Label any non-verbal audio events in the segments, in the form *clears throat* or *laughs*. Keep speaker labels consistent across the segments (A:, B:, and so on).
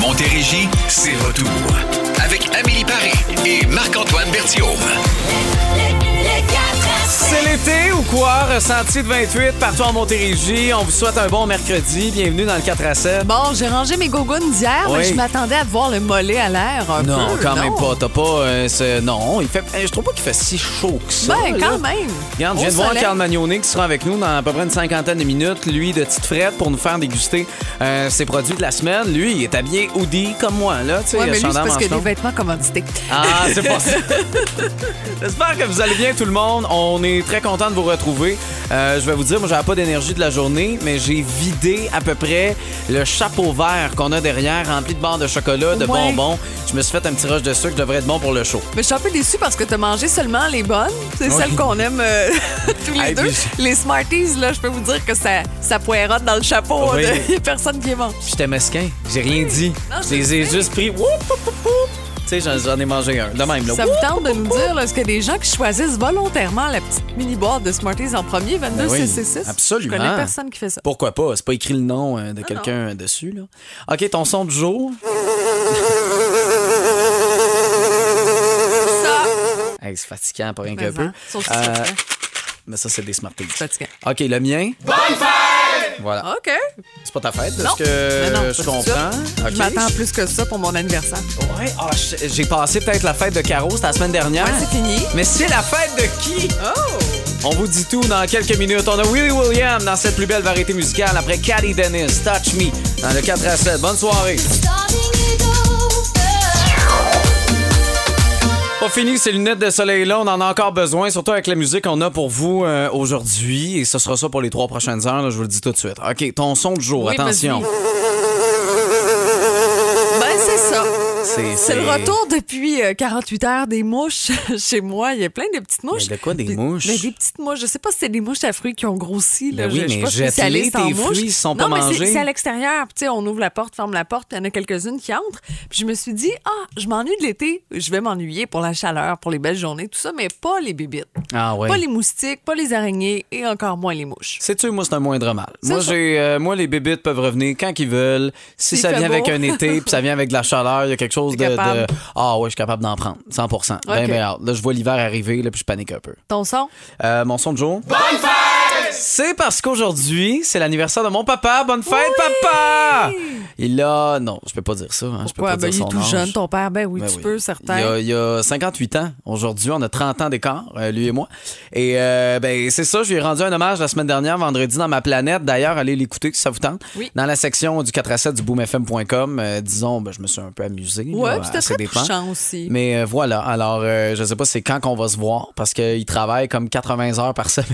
A: Montérégie, c'est retour. Avec Amélie Paris et Marc-Antoine Berthiaume.
B: C'est l'été ou quoi? Ressenti de 28 partout en Montérégie. On vous souhaite un bon mercredi. Bienvenue dans le 4 à 7.
C: Bon, j'ai rangé mes gogoons d'hier, mais
B: Oui.
C: je m'attendais à te voir le mollet à l'air. un
B: Non,
C: peu,
B: quand
C: Mmh, non?
B: même pas. T'as pas. euh, ce- non, il fait. euh, Je trouve pas qu'il fait si chaud que ça.
C: Ben,
B: là.
C: quand même.
B: Regarde, je
C: Au
B: viens de voir
C: soleil.
B: Carl Magnoni qui sera avec nous dans à peu près une cinquantaine de minutes. Lui, de petite frette pour nous faire déguster euh, ses produits de la semaine. Lui, il est habillé hoodie comme moi, là. Tu sais,
C: Ouais, mais lui, c'est
B: chandail
C: parce qu'il y a
B: mancheton.
C: des vêtements commandités.
B: Ah, *laughs* c'est pas ça. J'espère que vous allez bien, tout le monde. On est très content de vous retrouver. Euh, je vais vous dire, moi, j'avais pas d'énergie de la journée, mais j'ai vidé à peu près le chapeau vert qu'on a derrière, rempli de barres de chocolat, de
C: Ouais.
B: bonbons. Je me suis fait un petit rush de sucre, je devrais être bon pour le show.
C: Mais je suis un peu déçue parce que t'as mangé seulement les bonnes. C'est celles qu'on aime euh, *laughs* tous les
B: Hey,
C: deux.
B: puis
C: Les Smarties, là, je peux vous dire que ça, ça poirote dans le chapeau.
B: Oui.
C: Il n'y a *laughs* personne qui est mange.
B: J'étais mesquin, j'ai rien dit.
C: Non,
B: je les ai
C: c'est
B: juste pris. Woup, woup, woup, woup. Tu sais, j'en- j'en ai mangé un. De même, là.
C: Ça
B: Woup.
C: vous tente de nous dire, là, est-ce que des gens qui choisissent volontairement la petite mini-boîte de Smarties en premier, 22
B: Ben oui,
C: 666?
B: absolument.
C: Je connais personne qui fait ça.
B: Pourquoi pas? C'est pas écrit le nom euh, de quelqu'un dessus, là. OK, ton son du jour.
C: Ça,
B: Hey, c'est fatigant, pas rien
C: mais
B: qu'un peu.
C: hein, sauf si-
B: Euh, Mais ça, c'est des Smarties.
C: fatigant.
B: OK, le mien. Bonne fête! Ah. Voilà.
C: OK.
B: C'est pas ta fête,
C: Non.
B: parce que
C: Mais non,
B: je
C: pas tout ça.
B: comprends. OK.
C: Je m'attends plus que ça pour mon anniversaire.
B: Ouais, ah, je- j'ai passé peut-être la fête de Caro, c'était la semaine dernière.
C: Ouais, c'est fini.
B: Mais Ah, c'est Ah. la fête de qui?
C: Oh!
B: On vous dit tout dans quelques minutes. On a Willie William dans cette plus belle variété musicale après Caddy Dennis, Touch Me, dans le 4 à 7. Bonne soirée. Pas fini ces lunettes de soleil-là, on en a encore besoin, surtout avec la musique qu'on a pour vous euh, aujourd'hui. Et ce sera ça pour les trois prochaines heures, là, je vous le dis tout de suite. OK, ton son du jour,
C: Oui,
B: attention.
C: Ben, c'est ça.
B: C'est
C: C'est le retour depuis euh, 48 heures des mouches *laughs* chez moi. Il y a plein de petites mouches.
B: Mais de quoi des
C: Puis-
B: mouches?
C: mais des petites mouches. Je sais pas si c'est des mouches à fruits qui ont grossi. Là.
B: Ben oui,
C: je, je suis
B: mais
C: pas
B: jette-les,
C: spécialiste en
B: tes
C: mouches.
B: fruits, ils sont pas
C: non, mais c'est-
B: mangés.
C: C'est à l'extérieur. Puis, tu sais, on ouvre la porte, ferme la porte, puis il y en a quelques-unes qui entrent. Puis je me suis dit, ah, je m'ennuie de l'été. Je vais m'ennuyer pour la chaleur, pour les belles journées, tout ça, mais pas les bébites.
B: Ah ouais.
C: Pas les moustiques, pas les araignées et encore moins les mouches.
B: Sais-tu, moi, c'est un moindre mal. Moi,
C: ça.
B: j'ai, euh, moi, les bébites peuvent revenir quand qu'ils veulent. Si
C: S'il
B: ça
C: fait
B: vient avec
C: beau.
B: un été, puis ça vient avec de la chaleur, il y a quelque chose de,
C: T'es
B: de-
C: capable.
B: Ah ouais, je suis capable d'en prendre, 100 Ben,
C: Ok.
B: ben, alors, là, je vois l'hiver arriver, là, puis je panique un peu.
C: Ton son?
B: Euh, mon son de jour. Bonne fête! C'est parce qu'aujourd'hui, c'est l'anniversaire de mon papa. Bonne fête, papa! Il a... Non, je peux pas dire ça. hein, Je peux
C: Ouais,
B: pas
C: ben,
B: dire
C: il est
B: son
C: tout
B: âge.
C: jeune, ton père. Ben oui,
B: Ben
C: tu
B: oui.
C: peux,
B: Il y
C: certain.
B: a- Il y, a, 58 ans. Aujourd'hui, on a 30 ans d'écart, euh, lui et moi. Et euh, ben, c'est ça, je lui ai rendu un hommage la semaine dernière, vendredi, dans ma planète. D'ailleurs, allez l'écouter si ça vous tente.
C: Oui.
B: Dans la section du 4 à 7 du boomfm.com, euh, disons, ben, je me suis un peu amusé.
C: Ouais,
B: là,
C: puis
B: à
C: c'était
B: ses
C: très
B: dépens.
C: touchant aussi.
B: Mais euh, voilà, alors euh, je sais pas c'est quand qu'on va se voir parce qu'il travaille comme 80 heures par *laughs* semaine.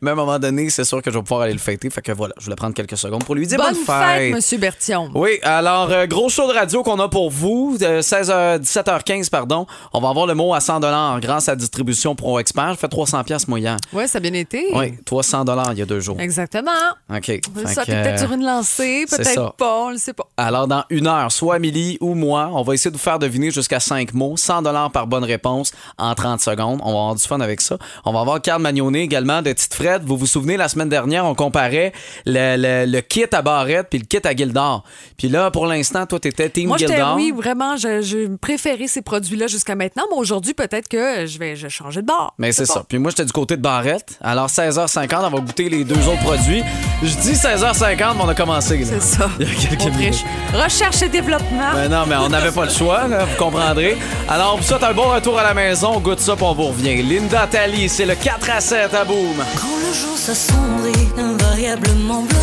B: Mais à un moment donné, c'est sûr que je vais pouvoir aller le fêter. Fait que voilà, je voulais prendre quelques secondes pour lui dire bonne,
C: Bonne fête, Monsieur Bertillon.
B: oui, alors, euh, gros show de radio qu'on a pour vous, euh, de 16 h 17h15, pardon. On va avoir le mot à 100 grâce à Distribution Pro Expert. Je fais 300 pièces moyen.
C: Oui, ça a bien été.
B: Oui, 300 il y a deux jours.
C: Exactement.
B: OK.
C: C'est
B: Fait
C: ça,
B: que,
C: t'es peut-être
B: euh,
C: sur une lancée,
B: c'est ça.
C: peut-être pas, on le sait pas.
B: Alors, dans une heure, soit Amélie ou moi, on va essayer de vous faire deviner jusqu'à cinq mots, 100 par bonne réponse en 30 secondes. On va avoir du fun avec ça. On va avoir Carl Magnoné également de Tite Fred. Vous vous souvenez, la semaine dernière, on comparait le, le- le kit à Barrette puis le kit à Gildor. Puis là, pour l'instant, toi, t'étais Team
C: Moi, j'étais,
B: Gildor.
C: oui, vraiment, je, je préférais ces produits-là jusqu'à maintenant, mais aujourd'hui, peut-être que je vais je changer de bord.
B: Mais
C: Je sais
B: c'est
C: pas.
B: ça. Puis moi, j'étais du côté de Barrette. Alors, 16h50, on va goûter les deux autres produits. Je dis 16h50, mais on a commencé. là.
C: C'est ça.
B: Il y a quelques
C: On
B: minutes.
C: triche. Recherche et développement.
B: Ben non, mais on n'avait pas le choix, là, vous comprendrez. Alors, on vous souhaite un bon retour à la maison. On goûte ça, puis on vous revient. Linda Tali, c'est le 4 à 7 à Boom.
D: Quand le jour s'assombrit invariablement bleu,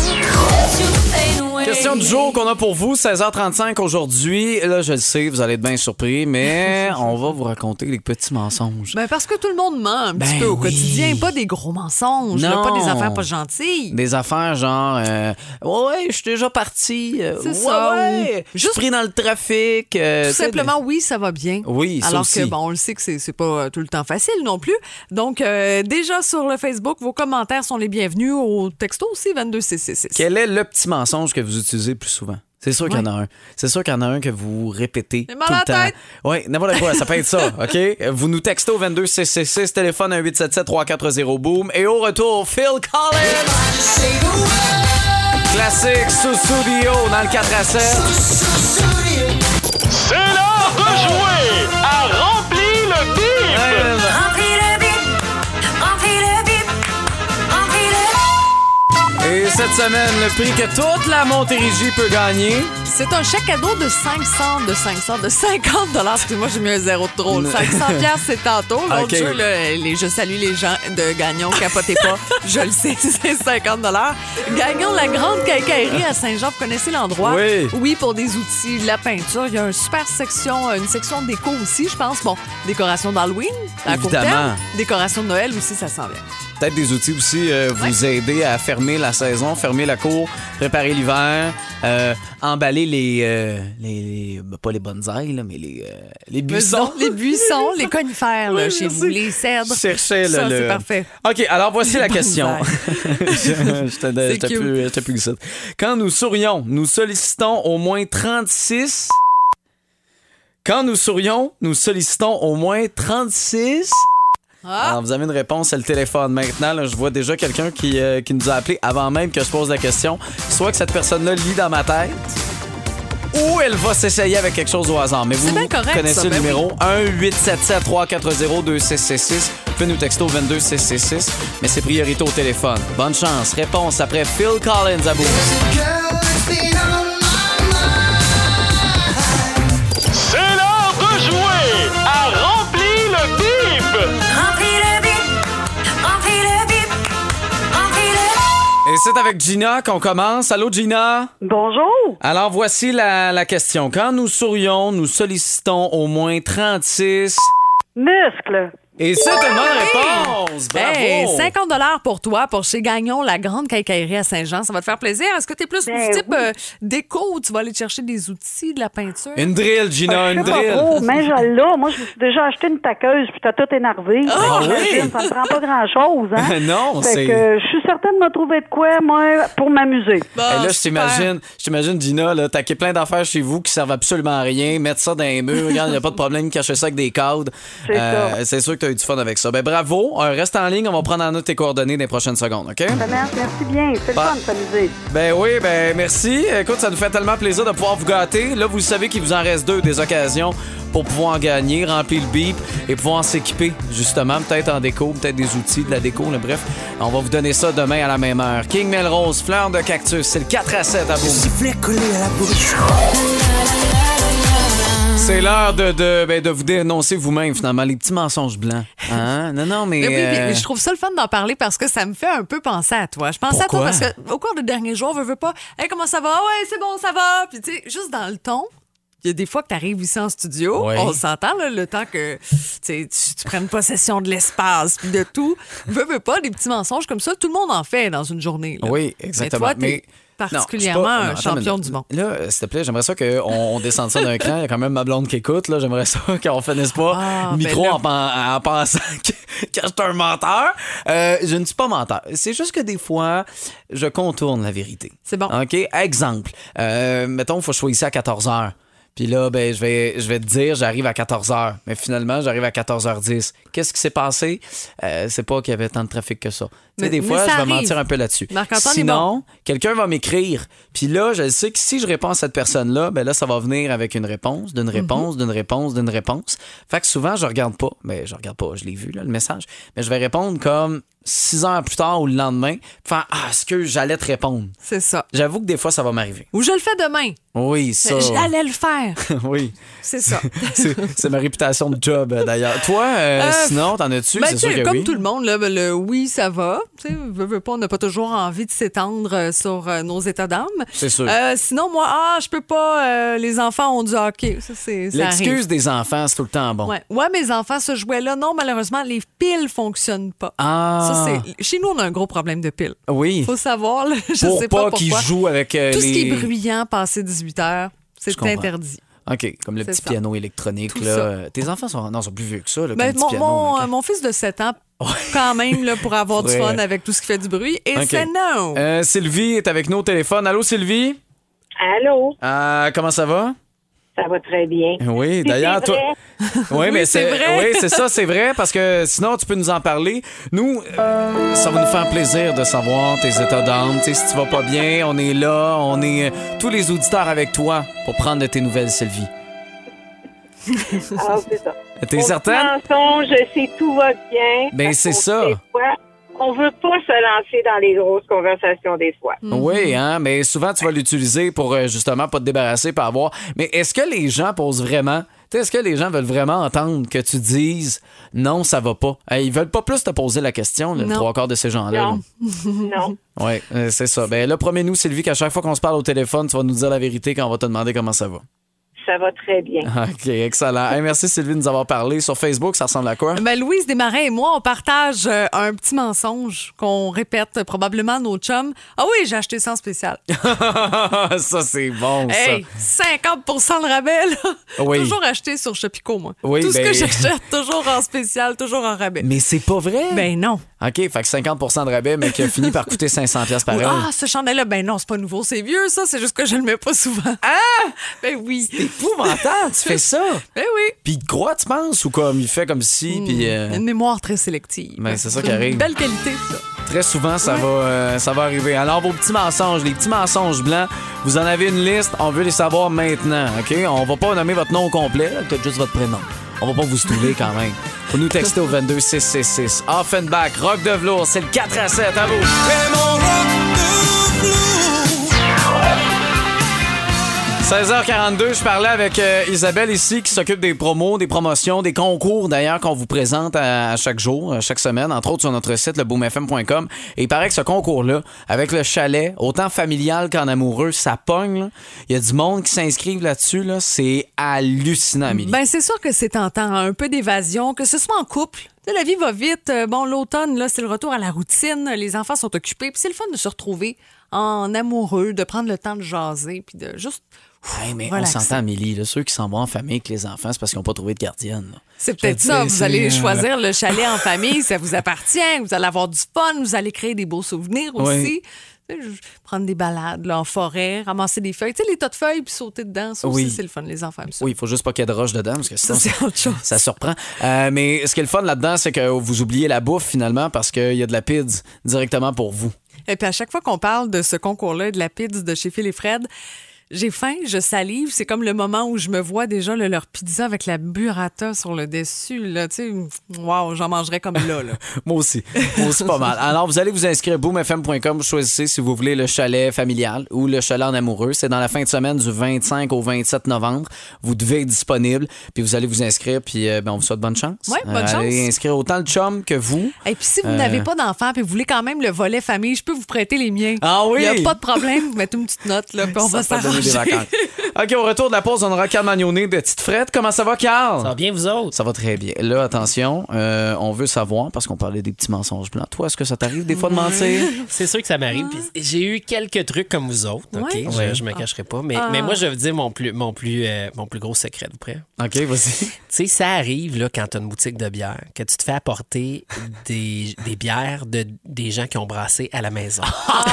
B: Question du jour qu'on a pour vous, 16h35 aujourd'hui. Là, je le sais, vous allez être bien surpris,
C: *laughs*
B: mais on va vous raconter les petits mensonges.
C: Ben, parce que tout le monde ment un petit
B: Ben
C: peu au
B: oui.
C: quotidien. Pas des gros mensonges, là,
B: Non.
C: pas des affaires pas gentilles.
B: Des affaires genre euh, Ouais, ouais, je suis déjà parti. Euh,
C: C'est
B: ouais,
C: ça,
B: ouais,
C: ou
B: je suis
C: juste-
B: pris dans le trafic. euh,
C: Tout
B: tu sais,
C: simplement, oui, ça va bien.
B: Oui, ça
C: Alors
B: aussi.
C: que, bon, on le sait que c'est c'est pas euh, tout le temps facile non plus. Donc, euh, déjà sur le Facebook, vos commentaires sont les bienvenus au texto aussi, 22666.
B: Quel est le petit mensonge que vous utilisez le plus souvent? C'est sûr qu'il y en a un. C'est sûr qu'il y en a un que vous répétez
C: J'ai
B: tout
C: mal à
B: le
C: la
B: temps.
C: tête.
B: Oui, n'importe quoi, ça peut être
C: *laughs*
B: ça, OK? Vous nous textez au 22666, téléphone à 877-340-BOOM. Et au retour, Phil Collins! Classique sous studio dans le 4 à 7.
E: C'est l'heure de jouer à Rempli le bip!
B: Et cette semaine, le prix que toute la Montérégie peut gagner,
C: C'est un chèque cadeau de 500, de 500, de 50 dollars. Moi, j'ai mis un zéro de trop. Le 500 piastres, c'est tantôt. L'autre
B: Ok.
C: jeu, là, les, je salue les gens de Gagnon, capotez
B: *laughs*
C: pas. je le sais, c'est 50 dollars. Gagnon, la grande quincaillerie à Saint-Jean, vous connaissez l'endroit?
B: Oui.
C: pour des outils, la peinture. Il y a une super section, une section déco aussi, je pense. Bon, décoration d'Halloween, à court
B: Évidemment.
C: terme. Décoration de Noël aussi, ça s'en vient.
B: peut-être des outils aussi euh, vous aider à fermer la saison, fermer la cour, préparer l'hiver, euh, emballer les, euh, les, les- ben, pas les bonsaïs là, mais les euh, les buissons. *laughs*
C: Les buissons, les conifères, là,
B: Oui,
C: chez
B: merci.
C: vous, les cèdres.
B: Cherchez
C: Ça,
B: le.
C: c'est
B: le-
C: parfait.
B: OK, alors voici la
C: bonsaïs.
B: question. *laughs* je je t'aidais,
C: C'est
B: j'étais
C: cute.
B: plus, j'étais plus que ça. Quand nous sourions, nous sollicitons au moins 36. Quand nous sourions, nous sollicitons au moins 36.
C: Ah!
B: Alors, vous avez une réponse à le téléphone maintenant. là. je vois déjà quelqu'un qui, euh, qui nous a appelé avant même que je pose la question. Soit que cette personne-là lit dans ma tête ou elle va s'essayer avec quelque chose au hasard. Mais vous,
C: C'est bien correct,
B: connaissez
C: ça,
B: le
C: ben
B: numéro 1-877-340-2666. Vous pouvez nous texter au 22666, mais c'est priorité au téléphone. Bonne chance. Réponse après Phil Collins à bout.
E: C'est l'heure de jouer à Rempli le bip!
B: Et c'est avec Gina qu'on commence. Allô, Gina?
D: Bonjour.
B: Alors, voici la, la question. Quand nous sourions, nous sollicitons au moins 36...
D: Muscle.
B: Et c'est une bonne réponse! Bravo!
C: Hey, 50 dollars pour toi, pour chez Gagnon, la grande quincaillerie à Saint-Jean. Ça va te faire plaisir. Est-ce que tu es plus
D: Ben
C: du type
D: oui.
C: euh, déco où tu vas aller chercher des outils, de la peinture?
B: Une drill, Gina, une
D: Ah, Je sais pas trop,
B: drill!
D: mais je l'ai. Moi, je me suis déjà acheté une taqueuse, puis t'as tout énervé.
B: Ah oui?
D: J'imagine, Ça ne prend pas grand-chose, hein?
B: *laughs* Non,
D: Fait
B: c'est-
D: que je suis certaine de me trouver de quoi, moi, pour m'amuser.
B: Et là, je
C: Ah, super.
B: t'imagine, je t'imagine, Gina, là, taquer plein d'affaires chez vous qui servent absolument à rien, mettre ça dans les murs, regarde, y a pas de problème, *laughs* cacher ça avec des cadres.
D: C'est
B: c'est sûr que t'as eu du fun avec ça. Ben, bravo. Euh, reste en ligne, on va prendre en note tes coordonnées dans les prochaines secondes, OK?
D: Merci merci bien. C'est le
B: Bah.
D: fun de s'amuser.
B: Ben oui, ben merci. Écoute, ça nous fait tellement plaisir de pouvoir vous gâter. Là, vous savez qu'il vous en reste deux des occasions pour pouvoir en gagner, remplir le bip et pouvoir s'équiper, justement, peut-être en déco, peut-être des outils, de la déco, là, bref. On va vous donner ça demain à la même heure. King Melrose, fleur de cactus, c'est le 4 à 7 à vous. C'est l'heure de, de, ben, de vous dénoncer vous-même, finalement, les petits mensonges blancs. Hein? Non, non, mais...
C: Mais oui, mais-
B: euh,
C: mais je trouve ça le fun d'en parler parce que ça me fait un peu penser à toi. Je pense
B: Pourquoi?
C: à toi parce que au cours des derniers jours, on veut pas. Hey, comment ça va? Ah Ouais, c'est bon, ça va. Puis tu sais, juste dans le ton. Il y a des fois que tu arrives ici en studio,
B: Ouais.
C: on s'entend là, le temps que tu, sais, tu- tu prennes possession de l'espace puis de tout. Veux, veux pas, des petits mensonges comme ça, tout le monde en fait dans une journée. là.
B: Oui,
C: Mais
B: exactement.
C: toi, t'es particulièrement
B: non, je suis
C: un
B: non, attends
C: champion
B: une minute.
C: du monde.
B: Là, euh, s'il te plaît, j'aimerais ça qu'on on descende ça d'un cran. Il y a quand même ma blonde qui écoute. Là, j'aimerais ça *laughs* qu'on finisse pas
C: Ah,
B: le micro
C: ben là-
B: en, pen- en pensant *laughs* que, que je suis un menteur. Euh, je ne suis pas menteur. C'est juste que des fois, je contourne la vérité.
C: C'est bon.
B: OK? Exemple. Euh, mettons, il faut que je sois ici à 14 h. Puis là, ben, je vais, je vais te dire, j'arrive à 14h. Mais finalement, j'arrive à 14h10. Qu'est-ce qui s'est passé? Euh, c'est pas qu'il y avait tant de trafic que ça. Tu sais,
C: Mais-
B: des
C: mais
B: fois,
C: ça
B: je vais
C: arrive.
B: mentir un peu là-dessus.
C: Marc-Antoine est
B: Sinon, quelqu'un va m'écrire. Puis là, je sais que si je réponds à cette personne-là, ben là, ça va venir avec une réponse,
C: Mhm.
B: d'une réponse, d'une réponse, d'une réponse. Fait que souvent, je regarde pas. Mais je regarde pas, je l'ai vu, là, le message. Mais je vais répondre comme six heures plus tard ou le lendemain. puis Faire, ah, est-ce que j'allais te répondre?
C: C'est ça.
B: J'avoue que des fois, ça va m'arriver.
C: Ou je le fais demain.
B: Oui, ça.
C: J'allais le faire.
B: *laughs* oui. *laughs*
C: C'est ça.
B: C'est c'est ma réputation de job, euh, d'ailleurs. Toi, euh,
C: Euh,
B: sinon, t'en as-tu?
C: Ben,
B: C'est
C: tu
B: sûr
C: sais,
B: que
C: comme
B: oui.
C: tout le monde, là, ben, le oui, ça va, Tu sais, veux, veux pas, on n'a pas toujours envie de s'étendre euh, sur euh, nos états d'âme.
B: C'est sûr.
C: Euh, sinon, moi, ah, je peux pas, euh, les enfants ont du hockey. Ça, c'est. ça arrive.
B: L'excuse des enfants, c'est tout le temps bon.
C: Ouais. ouais, mes enfants, ce jouet-là, non, malheureusement, les piles fonctionnent pas.
B: Ah,
C: Ça, c'est... Chez nous, on a un gros problème de piles.
B: oui.
C: Faut savoir, là, je
B: Pour
C: sais pas
B: pas
C: pourquoi.
B: qu'ils jouent avec euh,
C: Tout
B: les...
C: ce qui est bruyant passé 18 heures,
B: Je
C: c'est
B: comprends.
C: interdit.
B: OK, comme le
C: C'est
B: petit
C: ça.
B: piano électronique.
C: Tout
B: là.
C: ça.
B: Euh, Tes enfants sont... Non, sont plus vieux que ça. Là, comme
C: Ben,
B: petit
C: mon,
B: piano,
C: mon-
B: OK.
C: euh, mon fils de 7 ans, quand même, là, pour avoir du
B: Ouais.
C: fun avec tout ce qui fait du bruit, et
B: OK.
C: c'est non.
B: Euh, Sylvie est avec nous au téléphone. Allô, Sylvie?
F: Allô?
B: Euh, comment ça va?
F: Ça va très bien.
B: Oui, d'ailleurs,
F: c'est
B: toi. *laughs* Oui, mais c'est
C: c'est vrai.
B: Oui, c'est ça, c'est vrai, parce que sinon, tu peux nous en parler. Nous, euh, ça va nous faire plaisir de savoir tes états d'âme. Tu sais, si tu vas pas bien, on est là, on est euh, tous les auditeurs avec toi pour prendre de tes nouvelles, Sylvie.
F: Ah, c'est ça.
B: T'es
F: On
B: certaine?
F: se mensonge, c'est tout va bien.
B: Ben,
F: Parce
B: c'est
F: qu'on
B: ça.
F: sait quoi. On veut pas se lancer dans les grosses conversations des fois.
C: Mm-hmm.
B: Oui, hein, mais souvent, tu vas l'utiliser pour euh, justement pas te débarrasser, pas avoir. Mais est-ce que les gens posent vraiment. Tu sais, est-ce que les gens veulent vraiment entendre que tu dises non, ça va pas? Euh, Ils veulent pas plus te poser la question, là, le
C: Non.
B: trois quarts de ces gens-là. là.
F: Non.
B: Mhm.
F: non.
B: Oui, euh, c'est ça. Ben là, promets-nous, Sylvie, qu'à chaque fois qu'on se parle au téléphone, tu vas nous dire la vérité quand on va te demander comment ça va. *laughs*
F: Ça va très bien.
B: OK, excellent. Hey, merci, Sylvie, de nous avoir parlé. Sur Facebook, ça ressemble à quoi? *laughs*
C: Ben, Louise Desmarais et moi, on partage euh, un petit mensonge qu'on répète euh, probablement à nos chums. Ah oui, j'ai acheté ça en spécial.
B: ça, c'est bon, ça.
C: Hey, 50 le rabais, là.
B: Oui.
C: Toujours acheté sur Chopico, moi.
B: Oui,
C: Tout
B: ben-
C: ce que j'achète, *laughs* toujours en spécial, toujours en rabais.
B: Mais c'est pas vrai?
C: Ben non.
B: OK, fait que 50 de rabais, mais qui a fini par coûter 500 pièces par
C: Ah,
B: heure.
C: ce chandail-là, ben non, c'est pas nouveau, c'est vieux, ça. C'est juste que je le mets pas souvent. Ah! Ben oui.
B: Épouvantable, tu fais ça?
C: Ben oui.
B: Puis il te croit, tu penses? Ou comme il fait comme si, puis... euh,
C: Une mémoire très sélective.
B: Ben, c'est ça qui
C: une
B: arrive.
C: Belle qualité, ça.
B: Très souvent, ça, va, euh, ça va arriver. Alors, vos petits mensonges, les petits mensonges blancs, vous en avez une liste, on veut les savoir maintenant, OK? On va pas nommer votre nom au complet, peut-être juste votre prénom. On va pas vous stouler quand même. Faut nous texter au 22 666. Offenbach, Rock de velours, c'est le 4 à 7, à vous! Fais mon rock de velours. 16h42, je parlais avec euh, Isabelle ici qui s'occupe des promos, des promotions, des concours d'ailleurs qu'on vous présente à, à chaque jour, à chaque semaine, entre autres sur notre site leboomfm.com. Et il paraît que ce concours-là, avec le chalet, autant familial qu'en amoureux, ça pogne. là. Il y a du monde qui s'inscrive là-dessus, là. c'est hallucinant, Amélie.
C: Ben, c'est sûr que c'est tentant, hein, un peu d'évasion, que ce soit en couple. Tu sais, La vie va vite. Euh, Bon, l'automne, là, c'est le retour à la routine. Les enfants sont occupés. Puis c'est le fun de se retrouver en amoureux, de prendre le temps de jaser, puis de juste.
B: Hey, mais
C: relaxer.
B: on s'entend, Amélie, là, ceux qui s'en vont en famille avec les enfants, c'est parce qu'ils n'ont pas trouvé de gardienne. là.
C: C'est
B: Je
C: peut-être
B: te
C: ça.
B: dis,
C: Vous
B: c'est,
C: allez
B: euh,
C: choisir le chalet en famille, ça vous appartient. Vous allez avoir du fun, vous allez créer des beaux souvenirs
B: Oui.
C: aussi. Tu sais, je- Prendre des balades là, en forêt, ramasser des feuilles. Tu sais, les tas de feuilles, puis sauter dedans. Ça aussi,
B: Oui.
C: c'est le fun. Les enfants aiment ça.
B: Oui, il faut juste pas qu'il y ait de roche dedans, parce que
C: Ça,
B: sinon, ça,
C: c'est autre chose.
B: ça surprend. Euh, mais ce qui est le fun là-dedans, c'est que vous oubliez la bouffe finalement, parce qu'il y a de la pizza directement pour vous.
C: Et puis à chaque fois qu'on parle de ce concours-là, de la pizza de chez Phil et Fred, j'ai faim, je salive. C'est comme le moment où je me vois déjà le, leur pizza avec la burrata sur le dessus. Là, tu sais, wow, j'en mangerais comme
B: *laughs*
C: là. là.
B: Moi aussi. Moi aussi, pas mal. Alors, vous allez vous inscrire à boomfm.com. Vous choisissez si vous voulez le chalet familial ou le chalet en amoureux. C'est dans la fin de semaine du 25 au 27 novembre. Vous devez être disponible. Puis vous allez vous inscrire. Puis euh, ben, on vous souhaite bonne chance. Euh,
C: Ouais, bonne
B: Allez
C: chance.
B: inscrire autant le chum que vous.
C: Et puis si vous
B: Euh.
C: n'avez pas d'enfant puis vous voulez quand même le volet famille, je peux vous prêter les miens.
B: Ah oui?
C: Il n'y a pas de problème. *laughs* Vous mettez une petite note, là, puis on va
B: Ça peut donner
C: s'arranger.
B: des vacances.
C: *laughs*
B: OK, au retour de la pause, on aura Carl Magnoné de Tite Frette. Comment ça va, Carl?
G: Ça va bien, vous autres?
B: Ça va très bien. Là, attention, euh, on veut savoir, parce qu'on parlait des petits mensonges blancs. Toi, est-ce que ça t'arrive des fois de
C: *laughs*
B: mentir?
G: C'est sûr que ça m'arrive. Puis J'ai eu quelques trucs comme vous autres. ok?
C: Ah. Ouais. Ah.
G: Je, je me cacherai pas. Mais, mais moi, je vais vous dire mon plus, mon plus, euh, mon plus gros secret, vous prêt?
B: OK, vas-y.
G: Tu sais, ça arrive là, quand tu as une boutique de bière, que tu te fais apporter *laughs* des, des bières de, des gens qui ont brassé à la maison.
B: Ah!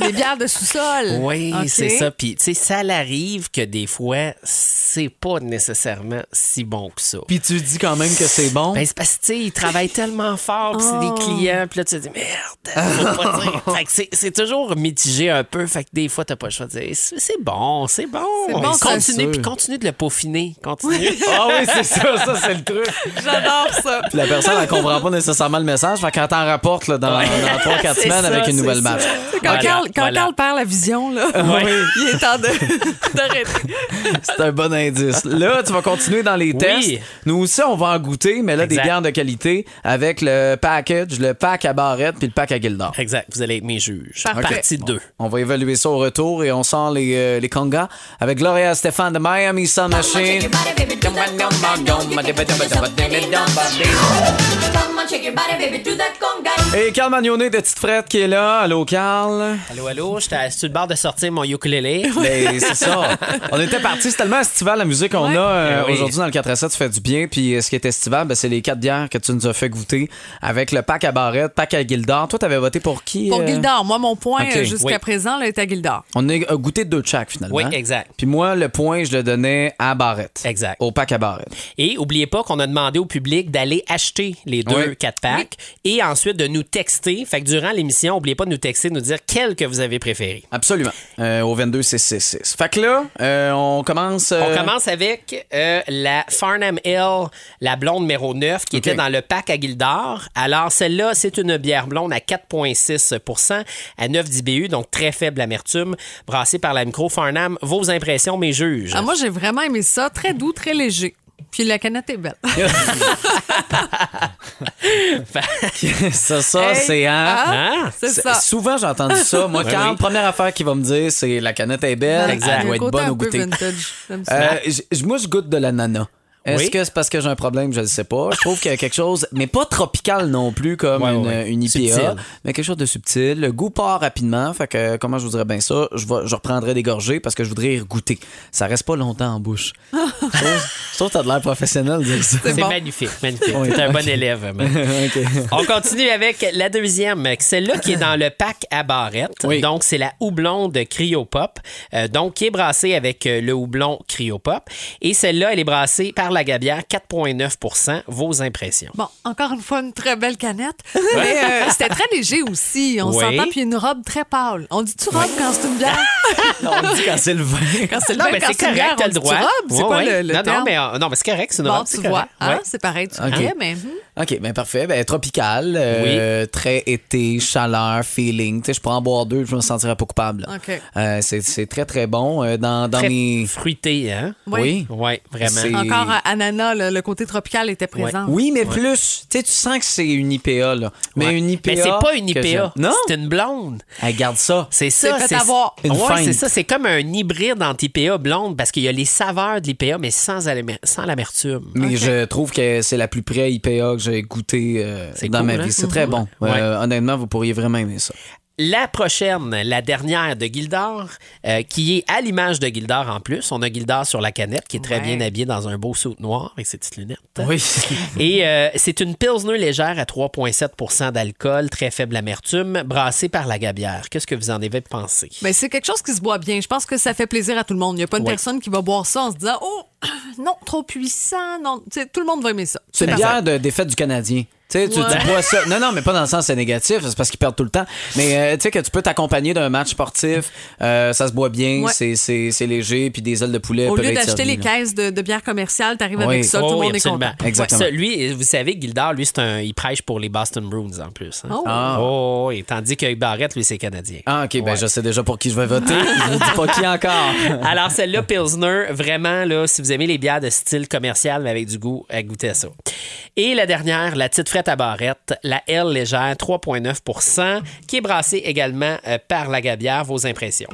C: Des bières de sous-sol.
G: *laughs* Oui,
C: Ah. Ok.
G: c'est ça. Puis, tu sais, ça l'arrive que des fois, c'est pas nécessairement si bon que ça.
B: Puis tu dis quand même que c'est bon.
G: Ben, c'est parce que, tu sais, ils travaillent tellement fort, puis
C: Oh.
G: c'est des clients, puis là, tu te dis, merde, faut pas dire.
C: *laughs*
G: Fait que c'est- c'est toujours mitigé un peu, fait que des fois, t'as pas le choix de dire, c'est c'est bon, c'est bon.
C: C'est bon, ça.
G: continue,
B: Sûr.
G: puis continue de le peaufiner,
C: *laughs*
G: continue.
B: Ah oui, c'est ça, ça c'est le truc.
C: J'adore *laughs* ça.
B: Puis la personne, elle comprend pas nécessairement le message. Fait qu'elle t'en rapporte là, dans, dans 3-4
G: *laughs* C'est
B: semaines
G: ça,
B: avec une
G: c'est ça.
B: nouvelle match.
C: Quand,
G: Voilà,
C: Carl, quand
G: voilà.
C: Carl perd la vision, là,
G: Ouais.
C: *laughs* il est
B: *laughs*
C: en de- d'arrêter.
B: C'est un bon indice. Là, tu vas continuer dans les tests. Nous aussi, on va en goûter, mais là,
G: Exact.
B: des bières de qualité avec le package, le pack à barrette puis le pack à Gildor.
G: *laughs* Exact, vous allez être mes juges.
C: Parfait.
G: Partie 2.
B: On va évaluer ça au retour et on sent les, euh, les congas avec Gloria Stéphane de Miami Sound Machine. Et Carl Magnonet de Tite Frette qui est là. Allô, Carl.
G: Allô, allô, j'étais sur le bord de sortir mon
C: *laughs*
G: ukulélé.
B: Ben, c'est ça. On était parti, c'est tellement estival la musique qu'on
C: Ouais.
B: a euh,
G: Eh oui.
B: aujourd'hui dans le 4 à 7, tu fais du bien. Puis euh, ce qui est estival, ben, c'est les quatre bières que tu nous as fait goûter avec le pack à barrette, pack à Gildor. Toi, t'avais voté pour qui
C: Pour
B: euh?
C: Gildor, moi, mon point
B: Ok,
C: euh, jusqu'à
G: oui.
C: présent là, est à Gildor.
B: On a goûté deux de chaque finalement.
G: Oui, exact.
B: Puis moi, le point, je le donnais à barrette.
G: Exact.
B: Au pack à barrette.
G: Et oubliez pas qu'on a demandé au public d'aller acheter les deux
B: Oui.
G: quatre packs et ensuite de nous texter. Fait que durant l'émission, oubliez pas de nous texter, de nous dire quel que vous avez préféré.
B: Absolument. Euh, au 22 666. Fait que là, euh, on commence. euh,
G: On commence avec euh, la Farnham Hill, la blonde numéro 9, qui
B: Ok.
G: était dans le pack à Gildor. Alors, celle-là, c'est une bière blonde à 4,6 à 9 d'IBU, donc très faible amertume, brassée par la micro Farnham. Vos impressions, mes juges.
C: Ah, moi, j'ai vraiment aimé ça. Très doux, très léger. Puis la canette est belle.
B: *laughs* ça, ça, c'est
C: Hey, Ah,
B: un.
G: Hein?
C: C'est
B: C'est-
C: ça.
B: Souvent, j'ai entendu ça. Moi,
G: *laughs* Oui,
B: quand
G: oui.
B: première affaire qu'il va me dire, c'est la canette est belle,
G: Exact.
B: elle doit
C: Le
B: être
C: côté
B: bonne
C: un
B: au
C: peu
B: goûter.
C: vintage. J'aime ça.
B: Euh, j- j- moi, je goûte de l'ananas. Est-ce
G: Oui.
B: que c'est parce que j'ai un problème? Je ne sais pas. Je trouve qu'il y a quelque chose, mais pas tropical non plus, comme
G: Ouais, ouais,
B: une,
G: ouais.
B: une IPA,
G: Subtil.
B: mais quelque chose de subtil. Le goût part rapidement. Fait que, comment je vous dirais bien ça? Je, vais- je reprendrai des gorgées parce que je voudrais y goûter. Ça reste pas longtemps en
C: *laughs*
B: bouche. je trouve- je trouve que tu as de l'air professionnel de dire ça.
G: C'est
C: bon.
G: magnifique, magnifique.
B: *laughs* Oui,
G: T'es un
B: ok.
G: bon élève. man.
B: Ok.
G: On continue avec la deuxième, celle-là qui est dans le pack à barrette.
B: Oui.
G: Donc, c'est la houblon de Cryopop, euh, donc qui est brassée avec euh, le houblon Cryopop. Et celle-là, elle est brassée par la Gabière, 4,9 Vos impressions?
C: Bon, encore une fois, une très belle canette. Mais euh, c'était très léger aussi. On
G: Oui.
C: s'entend, puis une robe très pâle. On dit-tu robe quand c'est une bière?
B: *laughs* On dit quand c'est le vin.
C: Quand c'est le
G: Non,
C: vin,
G: mais
C: quand
G: c'est
C: une bière,
G: correct, t'as
C: Ben, on
G: le
C: dit-tu
G: droit.
C: robe? C'est
G: Ouais,
C: quoi
G: ouais.
C: le, le
G: non, non,
C: terme?
G: mais, euh, non, mais c'est correct, c'est une
C: Bon,
G: robe,
C: tu
G: c'est
C: vois,
G: correct.
C: hein,
G: Ouais.
C: c'est pareil, tu
B: Ok.
C: vois, mais hum,
B: OK, ben parfait. Ben, tropical, euh, très été, chaleur, feeling. Tu sais, je pourrais en boire deux, je me sentirais pas coupable.
C: OK.
B: Euh, c'est, c'est très, très bon. Euh, dans dans
G: Très
B: mes...
G: fruité, hein?
C: Oui.
G: Oui, vraiment.
B: C'est-
C: encore euh, ananas, le, le côté tropical était présent.
B: Oui, mais plus. Tu sais, tu sens que c'est une IPA, là. Mais
G: Ouais.
B: une IPA...
G: Mais c'est pas une
B: que j'aime.
G: IPA.
B: Non?
G: C'est une blonde.
B: Elle garde ça.
G: C'est ça,
C: fait avoir.
B: Une
G: ouais, c'est
B: feinte.
G: ça, c'est comme un hybride entre IPA blonde parce qu'il y a les saveurs de l'IPA mais sans, alame- sans l'amertume.
B: Mais
C: Ok.
B: je trouve que c'est la plus près IPA que j'ai goûté euh,
G: C'est
B: dans
G: cool,
B: ma
G: hein?
B: vie. C'est très bon.
G: Ouais.
B: Euh, honnêtement, vous pourriez vraiment aimer ça.
G: La prochaine, la dernière de Gildor, euh, qui est à l'image de Gildor en plus. On a Gildor sur la canette qui est très
C: Ouais.
G: bien habillé dans un beau saut noir avec ses petites lunettes.
B: Oui.
G: Et euh, c'est une pilsner légère à 3,7 d'alcool, très faible amertume, brassée par la Gabière. Qu'est-ce que vous en avez pensé?
C: Mais c'est quelque chose qui se boit bien. Je pense que ça fait plaisir à tout le monde. Il n'y a pas une
G: Ouais.
C: personne qui va boire ça en se disant Oh, *clears throat* non, trop puissant. Non, Tu sais, tout le monde va aimer ça.
B: C'est une bière de défaite du Canadien. Tu sais, tu,
C: Ouais.
B: tu bois ça. Non, non, mais pas dans le sens c'est négatif, c'est parce qu'ils perdent tout le temps. Mais euh, tu sais que tu peux t'accompagner d'un match sportif, euh, ça se boit bien,
C: Ouais.
B: c'est- c'est c'est léger, puis des ailes de poulet
C: Au
B: peuvent
C: lieu
B: être
C: d'acheter
B: servies,
C: les
B: là.
C: caisses de, de bière commerciale, t'arrives
B: Oui.
C: avec ça, tout
G: Oh
C: le
G: oui,
C: monde est
G: absolument.
C: content.
B: Exactement.
G: Ouais, ça, lui, vous savez, Gildard, lui, c'est un, il prêche pour les Boston Bruins en plus. hein.
C: Oh.
B: Ah.
G: Oh, oui. tandis que Barrett, lui, c'est canadien.
B: Ah, ok, ben
G: Ouais.
B: je sais déjà pour qui je vais voter. je vous dis pas qui encore.
G: *laughs* Alors, celle-là, Pilsner, vraiment, là, si vous aimez les bières de style commercial, mais avec du goût, euh, goûtez à ça. Et la dernière, la petite frette à barrette, la L légère, 3,9 qui est brassée également euh, par la Gabière. Vos impressions?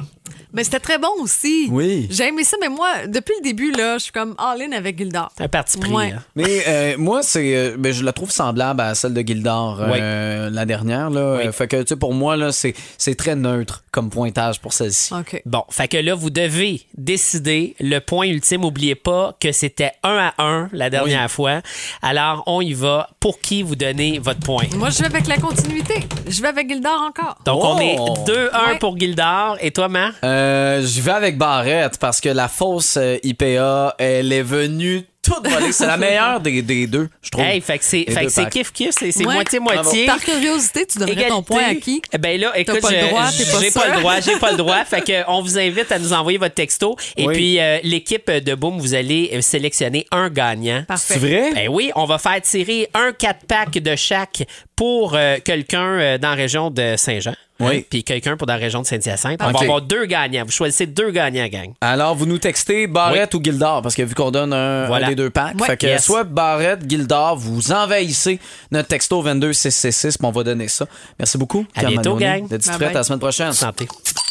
C: Mais c'était très bon aussi.
B: Oui.
C: J'ai aimé ça, mais moi, depuis le début, là, je suis comme all-in avec Gildor.
G: Un parti pris.
C: Ouais.
G: hein.
B: *laughs* Mais euh, moi, c'est, euh, ben, je la trouve semblable à celle de Gildor, euh, la dernière. Là.
G: Oui.
B: Euh, Fait que, tu sais, pour moi, là, c'est c'est très neutre comme pointage pour celle-ci.
C: OK.
G: Bon, fait que là, vous devez décider le point ultime. N'oubliez pas que c'était 1 à 1 la dernière fois. Alors, on y va. Pour qui vous donnez votre point?
C: Moi, je vais avec la continuité. Je vais avec Gildor encore.
G: Donc, on
B: Oh!
G: est 2-1
C: Ouais.
G: pour Gildard. Et toi, Marc?
B: Euh, J'y vais avec Barrette parce que la fausse euh, IPA, elle est venue toute volée.
G: *laughs*
B: C'est la meilleure des, des deux, je trouve.
G: Hey, fait que c'est fait
B: Les
G: que
B: deux
G: c'est
B: packs.
G: kiff-kiff. C'est c'est
C: Ouais.
G: moitié-moitié.
C: Par curiosité, tu donnerais ton point à qui?
G: Eh Ben là, écoute,
C: pas le
G: je-
C: droit, t'es pas
G: j'ai pas
C: sûr.
G: le droit, j'ai pas le droit.
C: *laughs*
G: Fait que on vous invite à nous envoyer votre texto. Et
B: Oui.
G: puis euh, l'équipe de Boom, vous allez euh, sélectionner un gagnant.
B: C'est
C: Parfait.
B: vrai?
G: Ben oui, on va faire tirer un 4 pack de chaque pour euh, quelqu'un euh, dans la région de Saint-Jean.
B: Oui.
G: Puis quelqu'un pour dans la région de Saint-Hyacinthe. On
B: OK.
G: va avoir deux gagnants. Vous choisissez deux gagnants, gang.
B: Alors, vous nous textez Barrette ou Gildard, parce que vu qu'on donne un,
G: Voilà.
B: un des deux packs,
G: Ouais.
B: fait que
G: Yes.
B: soit Barrette, Gildard, vous envahissez notre texto 22666, puis on va donner ça. Merci beaucoup.
G: À
B: Pierre
G: bientôt,
B: Manonnet,
G: gang.
B: De Tite
C: Bye
B: Frette,
C: bye.
B: à la semaine prochaine.
G: Santé.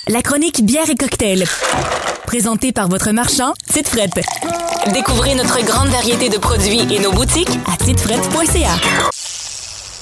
H: La chronique bière et cocktail. Présentée par votre marchand, Tite Frette. Découvrez notre grande variété de produits et nos boutiques à titefrette.ca.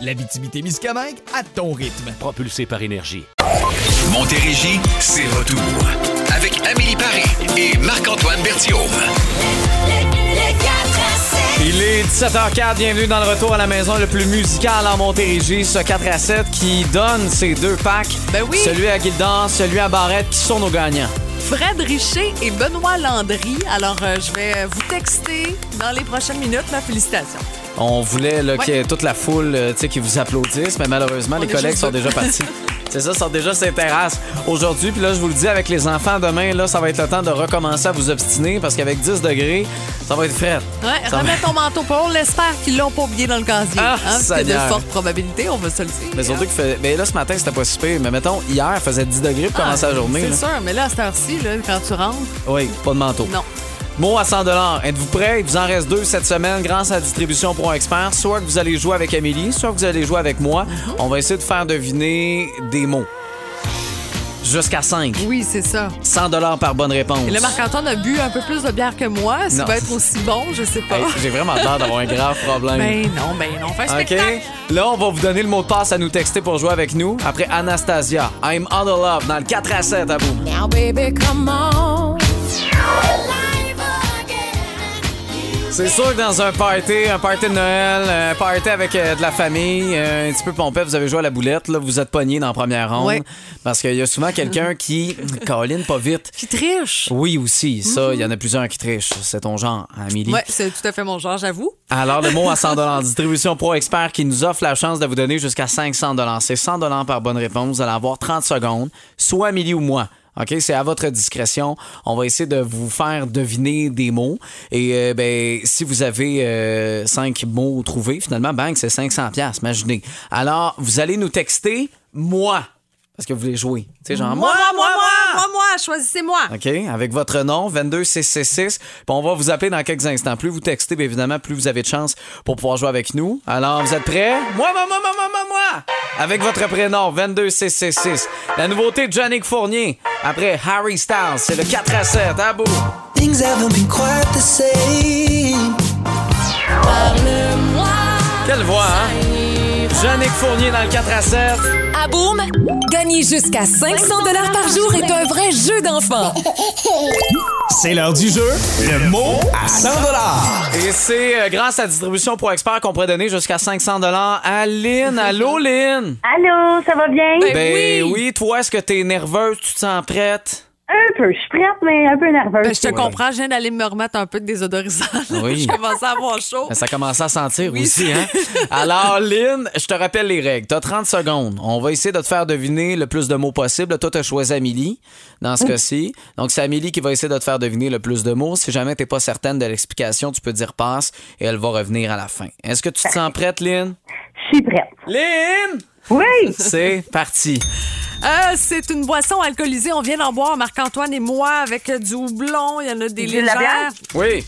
I: L'Abitibi-Témiscamingue à ton rythme.
J: Propulsé par énergie.
A: Montérégie, c'est retour. Avec Amélie Paris et Marc-Antoine Berthiaume.
B: Il est 17h04, bienvenue dans le retour à la maison le plus musical en Montérégie, ce 4 à 7 qui donne ces deux packs.
C: Ben oui.
B: Celui à Gildard, celui à Barrette, qui sont nos gagnants.
C: Fred Richer et Benoît Landry. Alors, euh, je vais euh, vous texter dans les prochaines minutes. Ma félicitation.
B: On voulait là,
C: Ouais.
B: qu'il y ait toute la foule euh, tu sais, qui vous applaudisse, mais malheureusement,
C: On
B: les
C: est
B: collègues
C: juste
B: sont
C: deux.
B: déjà
C: *laughs*
B: partis. C'est ça, sont déjà ces terrasses aujourd'hui. Puis là, je vous le dis, avec les enfants, demain, là, ça va être le temps de recommencer à vous obstiner parce qu'avec 10 degrés, ça va être frais.
C: Ouais,
B: Ça va-
C: remets ton manteau. Puis on l'espère qu'ils l'ont pas oublié dans le casier. hein,
B: Ah,
C: c'est de
B: Seigneur.
C: fortes probabilités, on va se le dire. hein.
B: Mais surtout que fait- ben, là, ce matin, c'était pas super. Mais mettons, hier, il faisait 10 degrés pour
C: Ah,
B: commencer la journée. là.
C: C'est sûr, mais là, à cette heure-ci, là, quand tu rentres,
B: Oui, pas de manteau.
C: non.
B: Mot à 100 Êtes-vous prêts? Il vous en reste deux cette semaine grâce à distribution.expert. Soit que vous allez jouer avec Amélie, soit que vous allez jouer avec moi.
C: Mhm.
B: On va essayer de faire deviner des mots. Jusqu'à 5.
C: Oui, c'est ça.
B: 100 par bonne réponse.
C: Et le Marc-Antoine a bu un peu plus de bière que moi. Ça
B: Non.
C: va être aussi bon, je sais pas.
B: Hey, J'ai vraiment peur d'avoir un grave problème.
C: Ben non, ben non, fais un
B: OK.
C: spectacle.
B: Là, on va vous donner le mot de passe à nous texter pour jouer avec nous. Après Anastasia, I'm all love dans le 4 à 7 à vous. C'est sûr que dans un party, un party de Noël, un party avec euh, de la famille, euh, un petit peu pompé, vous avez joué à la boulette, là, vous êtes pogné dans la première ronde.
C: Ouais.
B: Parce qu'il y a souvent quelqu'un
C: *laughs*
B: qui colline pas vite.
C: Qui triche.
B: Oui, aussi. Ça, il y en a plusieurs qui trichent. C'est ton genre, hein, Amélie.
C: Ouais, c'est tout à fait mon genre, j'avoue.
B: Alors, le mot à 100 Distribution Pro Expert qui nous offre la chance de vous donner jusqu'à 500 C'est 100 par bonne réponse. Vous allez avoir 30 secondes, soit Amélie ou moi. OK, c'est à votre discrétion. On va essayer de vous faire deviner des mots. Et euh, ben, si vous avez euh, cinq mots trouvés, finalement, bang, c'est 500 pièces. Imaginez. Alors, vous allez nous texter moi parce que vous voulez jouer. Tu sais, genre moi, moi, moi, moi.
C: moi, moi, choisissez-moi.
B: OK? Avec votre nom, 22666. Puis on va vous appeler dans quelques instants. Plus vous textez, bien évidemment, plus vous avez de chance pour pouvoir jouer avec nous. Alors, vous êtes prêts? Moi, moi, moi, moi, moi, moi, moi! Avec votre prénom, 22666. La nouveauté de Jannick Fournier. Après Harry Styles, c'est le 4 à 7. À bout! Quelle voix, hein? Jannick Fournier dans le 4 à 7.
H: À boum! Gagner jusqu'à 500 dollars par jour est un vrai jeu d'enfant.
I: C'est l'heure du jeu, le mot à 100
B: Et c'est euh, grâce à Distribution Pro Expert qu'on pourrait donner jusqu'à 500 à Lynn. Allô, Lynn?
D: Allô, ça va bien?
B: Ben oui. toi, est-ce que t'es nerveuse? Tu te sens prête?
D: Un peu, je suis prête, mais un peu nerveuse.
C: Ben, je te comprends, je viens d'aller me remettre un peu de désodorisant. *laughs* là.
B: Oui.
C: je commençais à avoir chaud.
B: Ben, ça commence à sentir aussi, *laughs* hein? Alors, Lynn, je te rappelle les règles. T'as 30 secondes. On va essayer de te faire deviner le plus de mots possible. Toi, t'as choisi Amélie dans ce cas-ci. Donc, c'est Amélie qui va essayer de te faire deviner le plus de mots. Si jamais t'es pas certaine de l'explication, tu peux dire passe et elle va revenir à la fin. Est-ce que tu te sens prête, Lynn?
D: Je suis prête.
B: Lynn!
D: Oui!
B: C'est parti.
C: Euh, c'est une boisson alcoolisée. On vient d'en boire, Marc-Antoine et moi, avec euh, du houblon. Il y en a des
D: De la bière?
C: légères.
B: Oui.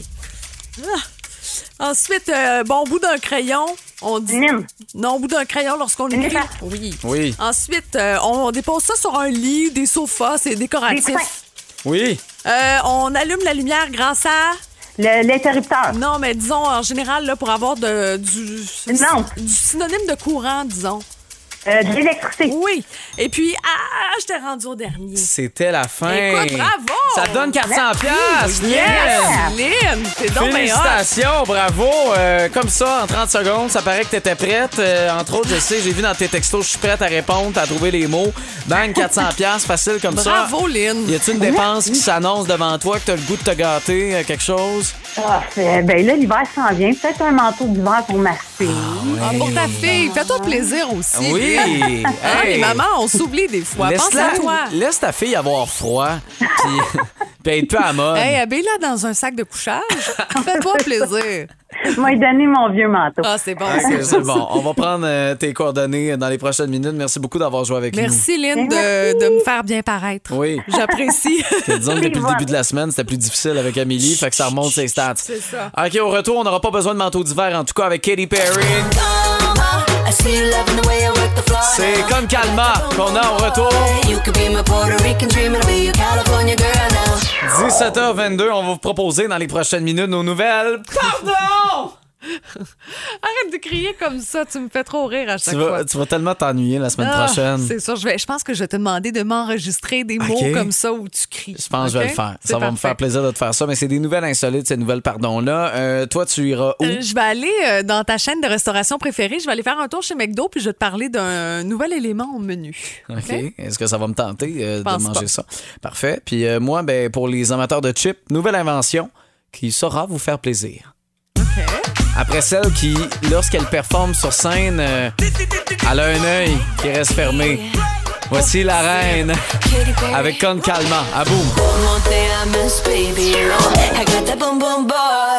C: Ensuite, euh, bon, au bout d'un crayon, on dit...
D: Nîmes.
C: Non, au bout d'un crayon, lorsqu'on
D: Une
C: écrit...
D: écharpe.
C: Oui.
B: Oui.
C: Ensuite, euh, on, on dépose ça sur un lit, des sofas, c'est
D: Des coussins.
C: décoratif.
B: Oui.
C: Euh, on allume la lumière grâce à...
D: Le- L'interrupteur.
C: Non, mais disons, en général, là, pour avoir de, du...
D: Une lampe.
C: Du synonyme de courant, disons.
D: Euh, de l'électricité.
C: Oui. Et puis, ah, je t'ai rendu au dernier.
B: C'était la fin.
C: Écoute, bravo!
B: Ça donne 400 pièces.
C: Lynn, t'es donc bien hot.
B: Félicitations, bravo. Euh, comme ça, en 30 secondes, ça paraît que t'étais prête. Euh, entre autres, je sais, j'ai vu dans tes textos, je suis prête à répondre, à trouver les mots. Bang, 400 pièces, facile comme ça.
C: Bravo, Lynn.
B: Y a-tu une dépense qui s'annonce devant toi que t'as le goût de te gâter, euh, quelque chose?
D: Ah, c'est- ben là, l'hiver s'en vient. Peut-être un manteau d'hiver pour ma fille.
C: Ah, pour ta fille, fais-toi plaisir aussi.
B: Oui.
C: Lynn. Hein,
B: Hey.
C: les mamans, on s'oublie des fois. Pense
B: Laisse-la-
C: à toi.
B: Laisse ta fille avoir froid. Puis, *laughs* puis être peu à la mode.
C: Hey, habille-la dans un sac de
B: *laughs*
C: couchage. fais-toi plaisir.
D: Je vais lui donner mon vieux manteau.
C: Ah, c'est bon.
B: Ok,
C: ça.
B: Hein, c'est bon. On va prendre euh, tes coordonnées dans les prochaines minutes. Merci beaucoup d'avoir joué avec
C: Merci, Lynn, de, de me faire bien paraître.
B: nous. Oui. *laughs*
C: J'apprécie.
B: Je te disons que depuis le début de la semaine, c'était plus difficile avec Amélie, fait que ça remonte ses stats.
C: C'est ça.
B: OK, au retour, on n'aura pas besoin de manteau d'hiver, en tout cas avec Katy Perry. C'est comme Calma qu'on a au retour. 17h22, on va vous proposer dans les prochaines minutes nos nouvelles. Pardon!
C: Arrête de crier comme ça, tu me fais trop rire à chaque
B: Tu vas,
C: fois.
B: tu vas tellement t'ennuyer la semaine
C: Ah,
B: prochaine.
C: C'est sûr, je, vais, je pense que je vais te demander de m'enregistrer des mots comme ça où tu cries.
B: Je pense que je vais
C: OK?
B: le faire.
C: C'est
B: Ça va me
C: parfait.
B: faire plaisir de te faire ça, mais c'est des nouvelles insolites, ces nouvelles pardons-là. Euh, toi, tu iras où?
C: Euh, Je vais aller euh, dans ta chaîne de restauration préférée. Je vais aller faire un tour chez McDo puis je vais te parler d'un nouvel élément au menu.
B: OK. Est-ce que ça va me tenter euh, de
C: Pense
B: manger
C: pas.
B: ça? Parfait. Puis euh, moi, ben, pour les amateurs de chips, nouvelle invention qui saura vous faire plaisir. Après celle qui, lorsqu'elle performe sur scène, euh, elle a un œil qui reste fermé. Voici la reine avec Con Calma. À vous.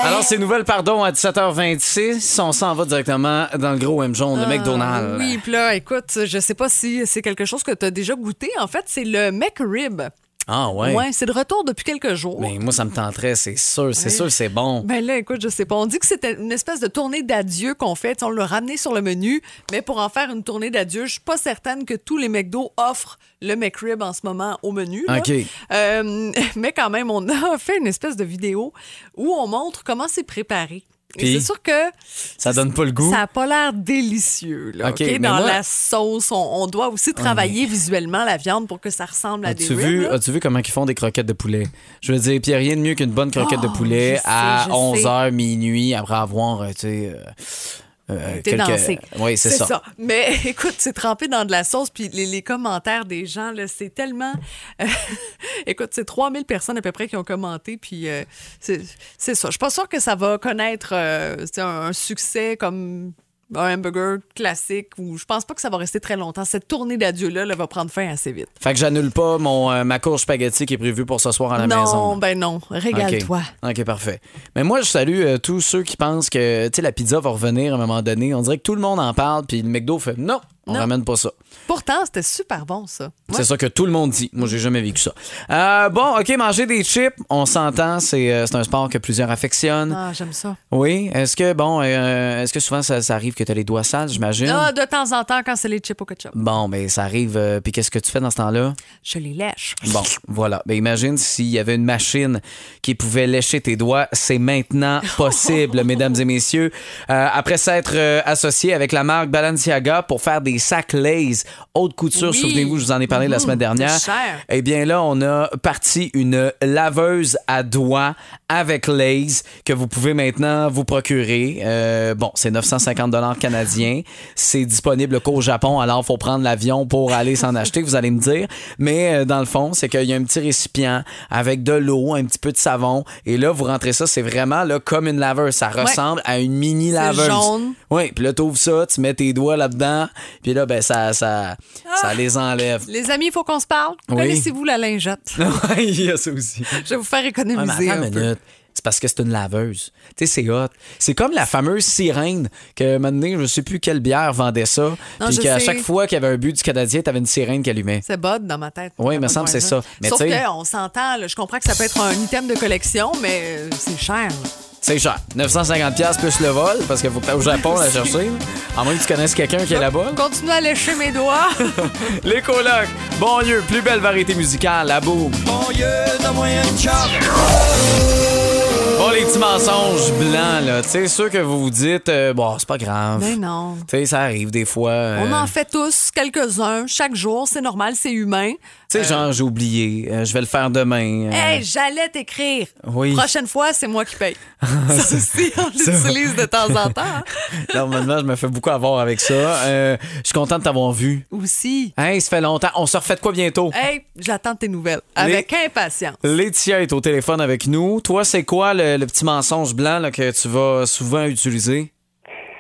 B: Alors, c'est nouvelle, pardon, à 17h26. On s'en va directement dans le gros M. Jaune, le McDonald's.
C: Euh, Oui, puis là, écoute, je sais pas si c'est quelque chose que tu as déjà goûté. En fait, c'est le McRib.
B: Ah, ouais.
C: Ouais, c'est de retour depuis quelques jours.
B: Mais moi, ça me tenterait, c'est sûr. C'est sûr, c'est bon.
C: Ben là, écoute, je sais pas. On dit que c'était une espèce de tournée d'adieu qu'on fait. Tu sais, on l'a ramené sur le menu, mais pour en faire une tournée d'adieu, je suis pas certaine que tous les McDo offrent le McRib en ce moment au menu. là.
B: OK.
C: Euh, *laughs* mais quand même, on a fait une espèce de vidéo où on montre comment c'est préparé. Et
B: Puis?
C: c'est sûr que
B: Ça donne pas le goût.
C: ça a pas l'air délicieux. Là,
B: OK,
C: OK?
B: mais
C: Dans
B: moi-
C: la sauce, on, on doit aussi travailler visuellement la viande pour que ça ressemble à des
B: As-tu
C: ribs,
B: vu,
C: là.
B: as-tu vu comment ils font des croquettes de poulet? Je veux dire, puis il y a rien de mieux qu'une bonne croquette
C: Oh,
B: de poulet
C: je sais,
B: à
C: je
B: 11h minuit après avoir, euh, tu sais, euh, euh,
C: T'es dansé.
B: Oui, c'est ça.
C: Mais *laughs* écoute, c'est trempé dans de la sauce, puis les, les commentaires des gens, là, c'est tellement... euh, *laughs* écoute, c'est 3000 personnes à peu près qui ont commenté, puis euh, c'est c'est ça. Je suis pas sûre que ça va connaître euh, tu sais, un, un succès comme un hamburger classique, ou je pense pas que ça va rester très longtemps. Cette tournée d'adieu-là là, va prendre fin assez vite.
B: Fait que j'annule pas mon, euh, ma course spaghetti qui est prévue pour ce soir à la
C: non,
B: maison.
C: ben non, régale-toi.
B: OK, OK, parfait. Mais moi, je salue euh, tous ceux qui pensent que tu sais, la pizza va revenir à un moment donné. On dirait que tout le monde en parle, puis le McDo fait non, on
C: Non.
B: ramène pas ça.
C: Pourtant, c'était super bon, ça.
B: C'est ça que tout le monde dit. Moi, j'ai jamais vécu ça. Euh, bon, OK, manger des chips, on s'entend, c'est euh, c'est un sport que plusieurs affectionnent.
C: Ah, j'aime ça.
B: Oui, est-ce que, bon, euh, est-ce que souvent ça, ça arrive que tu as les doigts sales, j'imagine?
C: Ah, de temps en temps, quand c'est les chips au ketchup,
B: Bon, mais ça arrive, euh, puis qu'est-ce que tu fais dans ce temps-là?
C: je les lèche. *laughs*
B: Bon, voilà. Ben, imagine s'il y avait une machine qui pouvait lécher tes doigts. C'est
C: *laughs*
B: maintenant possible, mesdames et messieurs. Euh, après s'être euh, associé avec la marque Balenciaga pour faire des sacs Lays haute couture,
C: Oui.
B: souvenez-vous, je vous en ai parlé la
C: Mhm,
B: semaine dernière.
C: c'est cher.
B: Eh bien là, on a parti une laveuse à doigts avec Lays que vous pouvez maintenant vous procurer. Euh, bon, c'est 950 dollars canadiens. C'est disponible qu'au Japon, alors faut prendre l'avion pour aller s'en acheter, vous allez me dire. Mais euh, dans le fond, c'est qu'il y a un petit récipient avec de l'eau, un petit peu de savon et là vous rentrez ça, c'est vraiment là comme une laveuse, ça ressemble à une mini laveuse.
C: jaune.
B: Oui, puis là t'ouvres ça, tu mets tes doigts là-dedans, puis là ben ça ça ça les enlève.
C: Les amis, il faut qu'on se parle.
B: Oui.
C: Connaissez-vous la lingette?
B: *laughs* Ouais, Il y a ça aussi.
C: Je vais vous faire
B: Ouais, mais
C: économiser
B: attends
C: un
B: une
C: peu.
B: minute. C'est parce que c'est une laveuse. Tu sais, c'est hot. C'est comme la fameuse sirène que maintenant, je sais plus quelle bière vendait ça.
C: Non,
B: puis
C: je
B: qu'à
C: sais.
B: chaque fois qu'il y avait un but du Canadien, t'avais une sirène qui allumait.
C: C'est bod dans ma tête.
B: Oui,
C: Ça
B: me
C: va
B: semble
C: pas
B: c'est
C: loin.
B: ça. Mais
C: Sauf
B: tu sais-
C: qu'on s'entend, là, je comprends que ça peut être un item de collection, mais euh, c'est cher. là.
B: C'est cher. 950$ plus le vol, parce qu'il faut pas au Japon
C: *laughs*
B: la chercher. À moins que tu connaisses quelqu'un qui est là-bas.
C: Continuez à lécher mes doigts.
B: *laughs* Les colocs, bon lieu, plus belle variété musicale, la boum. Bon pas les petits mensonges blancs, là. Tu sais, ceux que vous vous dites, euh, bon, c'est pas grave.
C: Mais Ben non.
B: Tu sais, ça arrive des fois. euh,
C: On en fait tous quelques-uns chaque jour, c'est normal, c'est humain.
B: Tu sais, genre, j'ai oublié, euh, je vais le faire demain. euh,
C: Hey, j'allais t'écrire.
B: Oui.
C: Prochaine fois, c'est moi
B: *laughs*
C: qui paye. ça aussi, on l'utilise de temps en temps. hein.
B: Normalement, je me fais beaucoup avoir avec ça. Euh, je suis content de t'avoir vu.
C: Aussi.
B: Hey, ça fait longtemps. On se refait de quoi bientôt?
C: Hey, j'attends tes nouvelles avec impatience.
B: Laetitia est au téléphone avec nous. Toi, c'est quoi le, le petit mensonge blanc là, que tu vas souvent utiliser?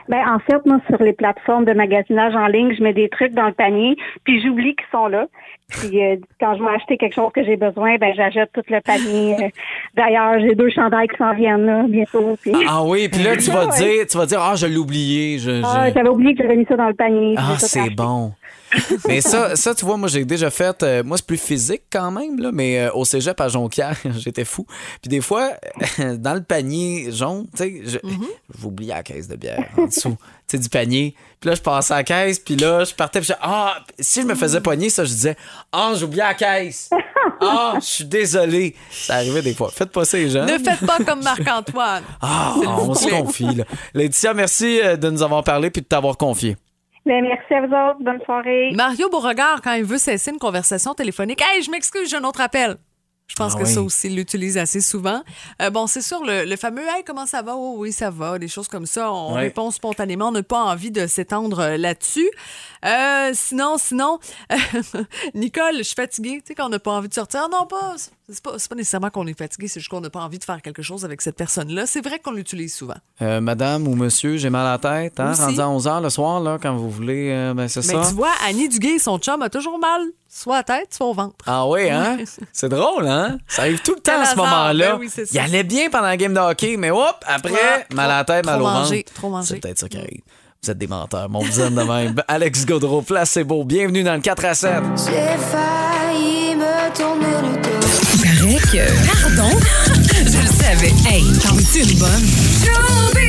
F: Ben, en fait, moi, sur les plateformes de magasinage en ligne, je mets des trucs dans le panier, puis j'oublie qu'ils sont là. Puis euh, quand je vais acheter quelque chose que j'ai besoin, ben j'achète tout
B: *laughs*
F: le panier. Euh, D'ailleurs, j'ai deux chandails qui s'en viennent là bientôt. Puis...
B: Ah oui, puis là, tu vas
F: Ouais.
B: dire, tu vas dire, ah, je l'ai oublié. Je, je-
F: Ah, j'avais oublié que j'avais mis ça dans le panier.
B: Ah,
F: J'ai tout
B: c'est
F: acheté.
B: bon. mais ça, ça, tu vois, moi, j'ai déjà fait. euh, moi, c'est plus physique quand même, là, mais euh, au cégep à Jonquière, *laughs* j'étais fou. Puis des fois, *laughs* dans le panier jaune, tu sais, je-
F: Mm-hmm.
B: j'oubliais la caisse de bière en dessous, *laughs* tu sais, du panier. Puis là, je passais à la caisse, puis là, je partais, puis je Ah, si je me
F: Mm.
B: faisais pogner, ça, je disais Ah, j'oubliais la caisse. Ah, je suis désolé. Ça arrivait des fois. Faites pas ça, les gens.
C: Ne faites pas comme Marc-Antoine.
B: Ah, on
C: *laughs*
B: se confie, là. Laetitia, merci euh, de nous avoir parlé puis de t'avoir confié.
F: Ben, merci à vous autres. Bonne soirée.
C: Mario Beauregard, quand il veut cesser une conversation téléphonique, Hey, je m'excuse, j'ai un autre appel. Je pense
B: Ah
C: que ça
B: oui.
C: aussi, il l'utilise assez souvent. Euh, bon, c'est sûr, le, le fameux Hey, comment ça va? Oh, oui, ça va. Des choses comme ça. On
B: Ouais.
C: répond spontanément. On n'a pas envie de s'étendre euh, là-dessus. Euh, sinon, sinon, *laughs* Nicole, je suis fatiguée. Tu sais, quand on n'a pas envie de sortir, Ah non, pas. C'est pas, c'est pas nécessairement qu'on est fatigué, c'est juste qu'on n'a pas envie de faire quelque chose avec cette personne-là. C'est vrai qu'on l'utilise souvent.
B: Euh, madame ou monsieur, j'ai mal à la tête. Hein?
C: Aussi.
B: Rendu à 11h le soir, là, quand vous voulez, euh, ben, c'est
C: Mais
B: ça.
C: tu vois, Annie Duguay, son chum a toujours mal, soit à la tête, soit au ventre.
B: Ah oui, hein?
C: Ouais.
B: C'est drôle, hein? Ça arrive tout le temps
C: Quel
B: à ce
C: hasard.
B: moment-là.
C: Ben oui, c'est ça.
B: Il allait bien pendant la game de hockey, mais hop, après,
C: Ouais, trop-
B: mal à la tête, mal
C: trop
B: au ventre.
C: mangé, trop mangé.
B: C'est peut-être ça qui arrive. Vous êtes des menteurs, mon vous aime de même. *laughs* Alex Godreau, placebo, bienvenue dans le 4 à 7.
H: euh, Pardon? *laughs* Je le savais. Hey, t'en es une bonne?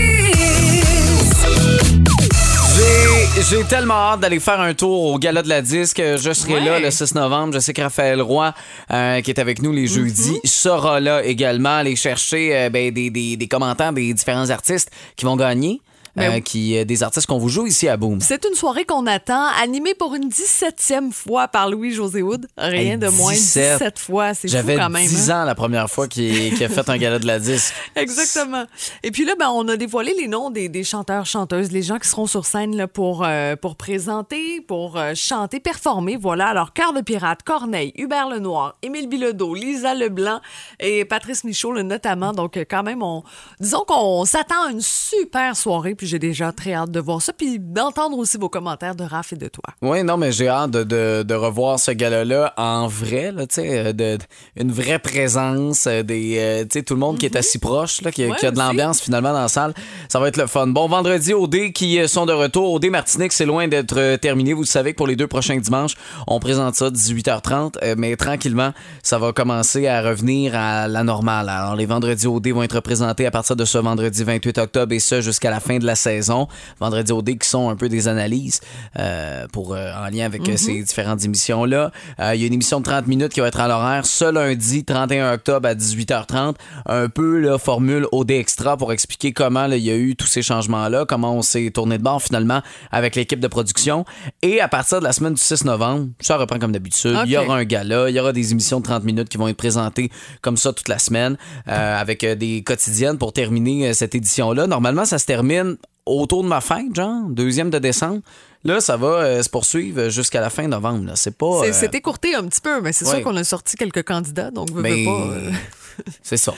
B: J'ai- J'ai tellement hâte d'aller faire un tour au Gala de la Disque. Je serai là le 6 novembre. Je sais que Raphaël Roy, euh, qui est avec
C: Mhm.
B: nous les jeudis, sera là également. Aller chercher euh, ben, des, des- des commentaires des différents artistes qui vont gagner.
C: Ben
B: euh,
C: oui.
B: qui, euh, des artistes qu'on vous joue ici à Boom.
C: C'est une soirée qu'on attend, animée pour une 17e fois par Louis-José Wood. Rien
B: Hey,
C: de moins,
B: 17.
C: 17 fois, ah, c'est fou
B: J'avais
C: quand même.
B: 10
C: hein.
B: ans la première fois qu'il qu'il a fait un Gala de la Disque.
C: *laughs* Exactement. Et puis là, ben, on a dévoilé les noms des, des chanteurs, chanteuses, les gens qui seront sur scène là, pour, euh, pour présenter, pour euh, chanter, performer. Voilà, alors Cœur de Pirate, Corneille, Hubert Lenoir, Émile Bilodeau, Lisa Leblanc et Patrice Michaud là, notamment. Donc euh, quand même, on, disons qu'on s'attend à une super soirée, puis j'ai déjà très hâte de voir ça, puis d'entendre aussi vos commentaires de Raph et de toi.
B: Oui, non, mais j'ai hâte de, de- de revoir ce gala-là en vrai, là, tu sais, euh, de, de- une vraie présence, euh, des, euh, tu sais, tout le monde qui est assis proche, là, qui,
C: Mm-hmm. Ouais,
B: qui a de
C: aussi.
B: l'ambiance finalement dans la salle. Ça va être le fun. Bon, vendredi, OD qui euh, sont de retour. OD Martinique, c'est loin d'être euh, terminé. Vous le savez que pour les deux prochains dimanches, on présente ça 18h30, euh, mais tranquillement, ça va commencer à revenir à la normale. Alors, les vendredis OD vont être présentés à partir de ce vendredi 28 octobre et ce jusqu'à la fin de la saison. Vendredi OD qui sont un peu des analyses euh, pour, euh, en lien avec euh, ces différentes émissions-là. Euh, Il y a une émission de 30 minutes qui va être à l'horaire ce lundi 31 octobre à 18h30. Un peu la formule OD Extra pour expliquer comment là, il y a eu tous ces changements-là, comment on s'est tourné de bord finalement avec l'équipe de production. Et à partir de la semaine du 6 novembre, ça reprend comme d'habitude. Il y
C: Ok.
B: aura un gala, il y aura des émissions de 30 minutes qui vont être présentées comme ça toute la semaine euh, avec euh, des quotidiennes pour terminer euh, cette édition-là. Normalement, ça se termine autour de ma fête, genre, deuxième de décembre. Là, ça va euh, se poursuivre jusqu'à la fin novembre. là. C'est pas.
C: C'est-
B: euh,
C: C'est écourté un petit peu, mais c'est
B: ouais.
C: sûr qu'on a sorti quelques candidats, donc veux, veux
B: mais-
C: pas, euh, *laughs*
B: C'est ça.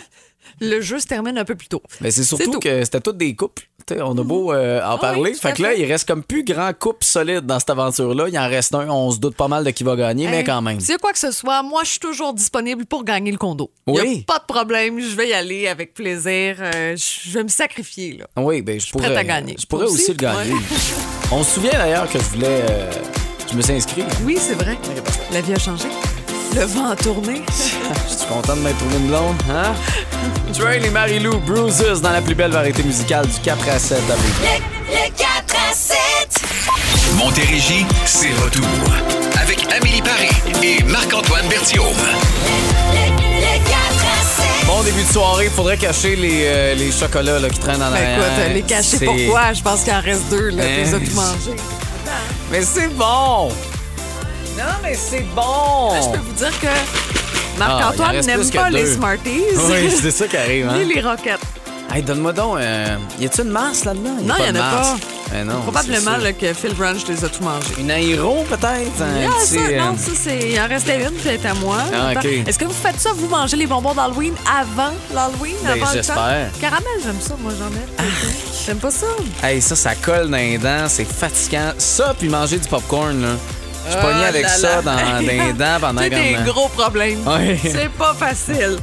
C: le jeu se termine un peu plus tôt.
B: Mais c'est surtout
C: tout.
B: que c'était toutes des couples. Tu sais, on a beau euh, en
C: oui,
B: parler.
C: tout
B: fait
C: à
B: que là,
C: fait.
B: il reste comme plus grand couple solide dans cette aventure-là. Il en reste un. On se doute pas mal de qui va gagner, mais
C: Hey,
B: quand même.
C: C'est quoi que ce soit, moi, je suis toujours disponible pour gagner le condo. Y a
B: Oui.
C: pas de problème, je vais y aller avec plaisir. euh, je vais me sacrifier, là.
B: Oui, ben, je,
C: prête
B: pourrais.
C: à gagner.
B: Je pourrais aussi,
C: Aussi?
B: le gagner.
C: Ouais.
B: On se souvient d'ailleurs que je voulais. euh, je me suis inscrit.
C: Oui, c'est vrai. La vie a changé. Le vent a tourné.
B: Je suis content de m'être trouvé une blonde, *laughs* hein? Train et Marie-Lou Bruises dans la plus belle variété musicale du 4 à 7 avril.
H: Le 4 à 7.
A: Montérégie, c'est retour. Avec Amélie Paris et Marc-Antoine Berthiaume.
H: Le 4 à 7.
B: Bon bon début de soirée. Faudrait cacher les, euh, les chocolats là, qui traînent dans
C: Ben,
B: la
C: écoute, les cacher
B: C'est-
C: pourquoi? Je pense qu'il en reste deux, là. Tu les as
B: Hein?
C: tout mangés.
B: Mais c'est bon! Non, mais c'est bon!
C: Ben, Je peux vous dire que
B: Ah, il en
C: Marc-Antoine
B: reste
C: n'aime
B: plus que
C: pas les
B: deux.
C: Smarties.
B: Oui, c'est
C: *laughs*
B: ça qui arrive, hein?
C: Ni les roquettes.
B: Hey, donne-moi donc. euh, y a-tu une masse là-dedans?
C: Non,
B: pas
C: y en
B: de
C: a
B: masse.
C: pas.
B: Eh non,
C: Probablement
B: c'est ça.
C: là, que Phil Branch les a tout mangés.
B: Une aéro, peut-être? un
C: Ah,
B: petit,
C: ça,
B: euh,
C: non, ça, c'est. Il en restait une, peut-être à moi.
B: Ah, ok.
C: Est-ce que vous faites ça, vous mangez les bonbons d'Halloween avant l'Halloween?
B: Ben,
C: avant le temps?
B: j'espère. Ah.
C: Caramel, j'aime ça, moi, j'en ai. J'aime pas ça.
B: Hey, ça, ça colle dans les dents, c'est fatigant. Ça, puis manger du popcorn, là. Je suis
C: Oh
B: pogné avec
C: là
B: ça
C: là.
B: dans, dans
C: *laughs*
B: les dents pendant
C: C'est des
B: comme-
C: gros problèmes.
B: Ah, Ouais.
C: *laughs* C'est pas facile.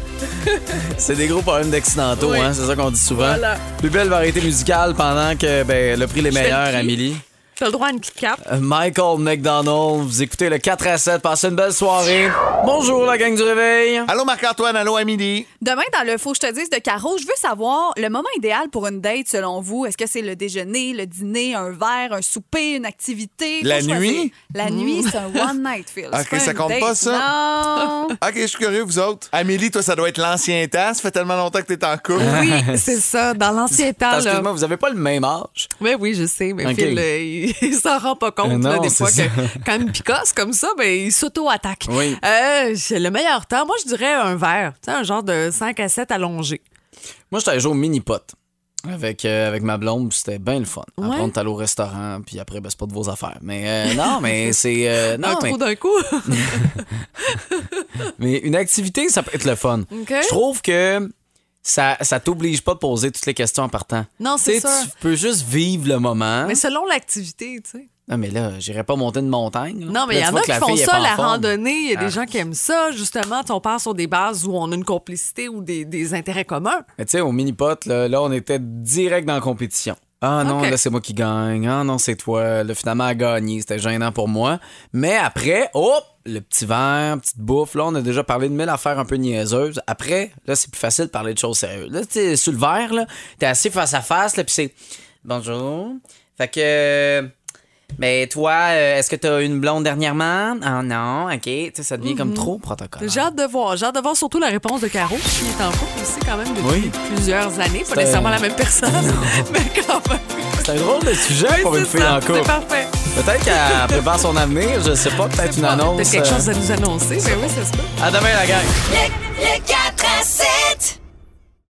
B: euh, C'est des gros problèmes d'accidentaux,
C: Oui.
B: hein, c'est ça qu'on dit souvent.
C: Voilà.
B: Plus belle variété musicale pendant que ben, le prix les
C: fais le
B: meilleurs,
C: prix.
B: Amélie.
C: T'as le droit à une Kit Kat.
B: Euh, Michael McDonald, vous écoutez le 4 à 7, passez une belle soirée. Bonjour la gang du réveil.
J: Allô Marc-Antoine, allô Amélie.
K: Demain, dans le Faut que je te dise de Caro, je veux savoir le moment idéal pour une date selon vous. Est-ce que c'est le déjeuner, le dîner, un verre, un souper, une activité? Faut
J: La
K: choisir.
J: nuit?
K: La nuit,
B: *laughs*
K: c'est un one-night, Phil.
B: Ah,
K: C'est
J: Ok,
K: pas
J: ça
K: une
J: compte
K: date.
J: pas, ça?
K: Non!
J: Ok, je suis curieux, vous autres. Amélie, toi, ça doit être l'ancien temps. Ça fait tellement longtemps que t'es en couple.
C: Oui,
B: *laughs*
C: c'est ça. Dans l'ancien temps,
B: Attends,
C: là.
B: Excuse-moi, vous avez pas le même âge.
C: Oui, oui, je sais, mais
B: Ok.
C: Phil, euh, il, *laughs* il s'en rend pas compte,
B: Euh, non,
C: là, des
B: c'est
C: fois,
B: ça.
C: que quand il me picasse comme ça, ben, il s'auto-attaque.
B: Oui.
C: Euh, c'est le meilleur temps, moi, je dirais un verre, tu sais, un genre de 5 à 7 allongé.
B: Moi, j'étais allé jouer au mini-pot avec, euh, avec ma blonde, puis c'était bien le fun. Après,
C: Ouais.
B: on est allé au restaurant, puis après, ben, c'est pas de vos affaires. Mais euh, non, mais c'est. euh, non,
C: un
B: mais,
C: trou d'un coup.
B: mais une activité, ça peut être le fun.
C: OK.
B: Je trouve que ça, ça t'oblige pas de poser toutes les questions en partant.
C: Non,
B: Tu sais,
C: c'est ça.
B: Tu hein? peux juste vivre le moment.
C: Mais selon l'activité, tu sais.
B: Non, mais là, j'irais pas monter une montagne. là.
C: Non, mais
B: Là,
C: il y
B: tu
C: en
B: vois
C: a
B: que
C: qui
B: la
C: font
B: fille est
C: ça,
B: pas en
C: la
B: forme.
C: randonnée. Il y a
B: Ah.
C: des gens qui aiment ça. Justement, on part sur des bases où on a une complicité ou des, des intérêts communs.
B: Mais tu sais, au mini-pot, là, là, on était direct dans la compétition. Ah non,
C: Ok.
B: là, c'est moi qui gagne. Ah non, c'est toi. Là, finalement, elle a gagné. C'était gênant pour moi. Mais après, hop, le petit verre, petite bouffe. Là, on a déjà parlé de mille affaires un peu niaiseuses. Après, là, c'est plus facile de parler de choses sérieuses. Là, tu sais, sur le verre, là, t'es assis face à face, là, puis c'est bonjour. Fait que. euh, Mais toi, euh, est-ce que t'as eu une blonde dernièrement? Ah non, ok. Tu sais, ça devient
C: Mhm.
B: comme trop protocole.
C: J'ai hâte de voir. J'ai hâte de voir surtout la réponse de Caro, qui est en couple aussi quand même depuis
B: Oui.
C: plusieurs années. Pas
B: C'est-
C: nécessairement la même personne, *laughs* mais quand même.
B: C'est un drôle de sujet pour
C: Oui,
B: une
C: c'est
B: fille
C: ça,
B: en couple.
C: C'est parfait.
B: Peut-être qu'elle prépare son avenir, je sais pas, peut-être une
C: Peut-être
B: annonce.
C: quelque
B: euh,
C: chose à nous annoncer, mais oui, c'est ça.
B: À demain la gang.
H: Le 4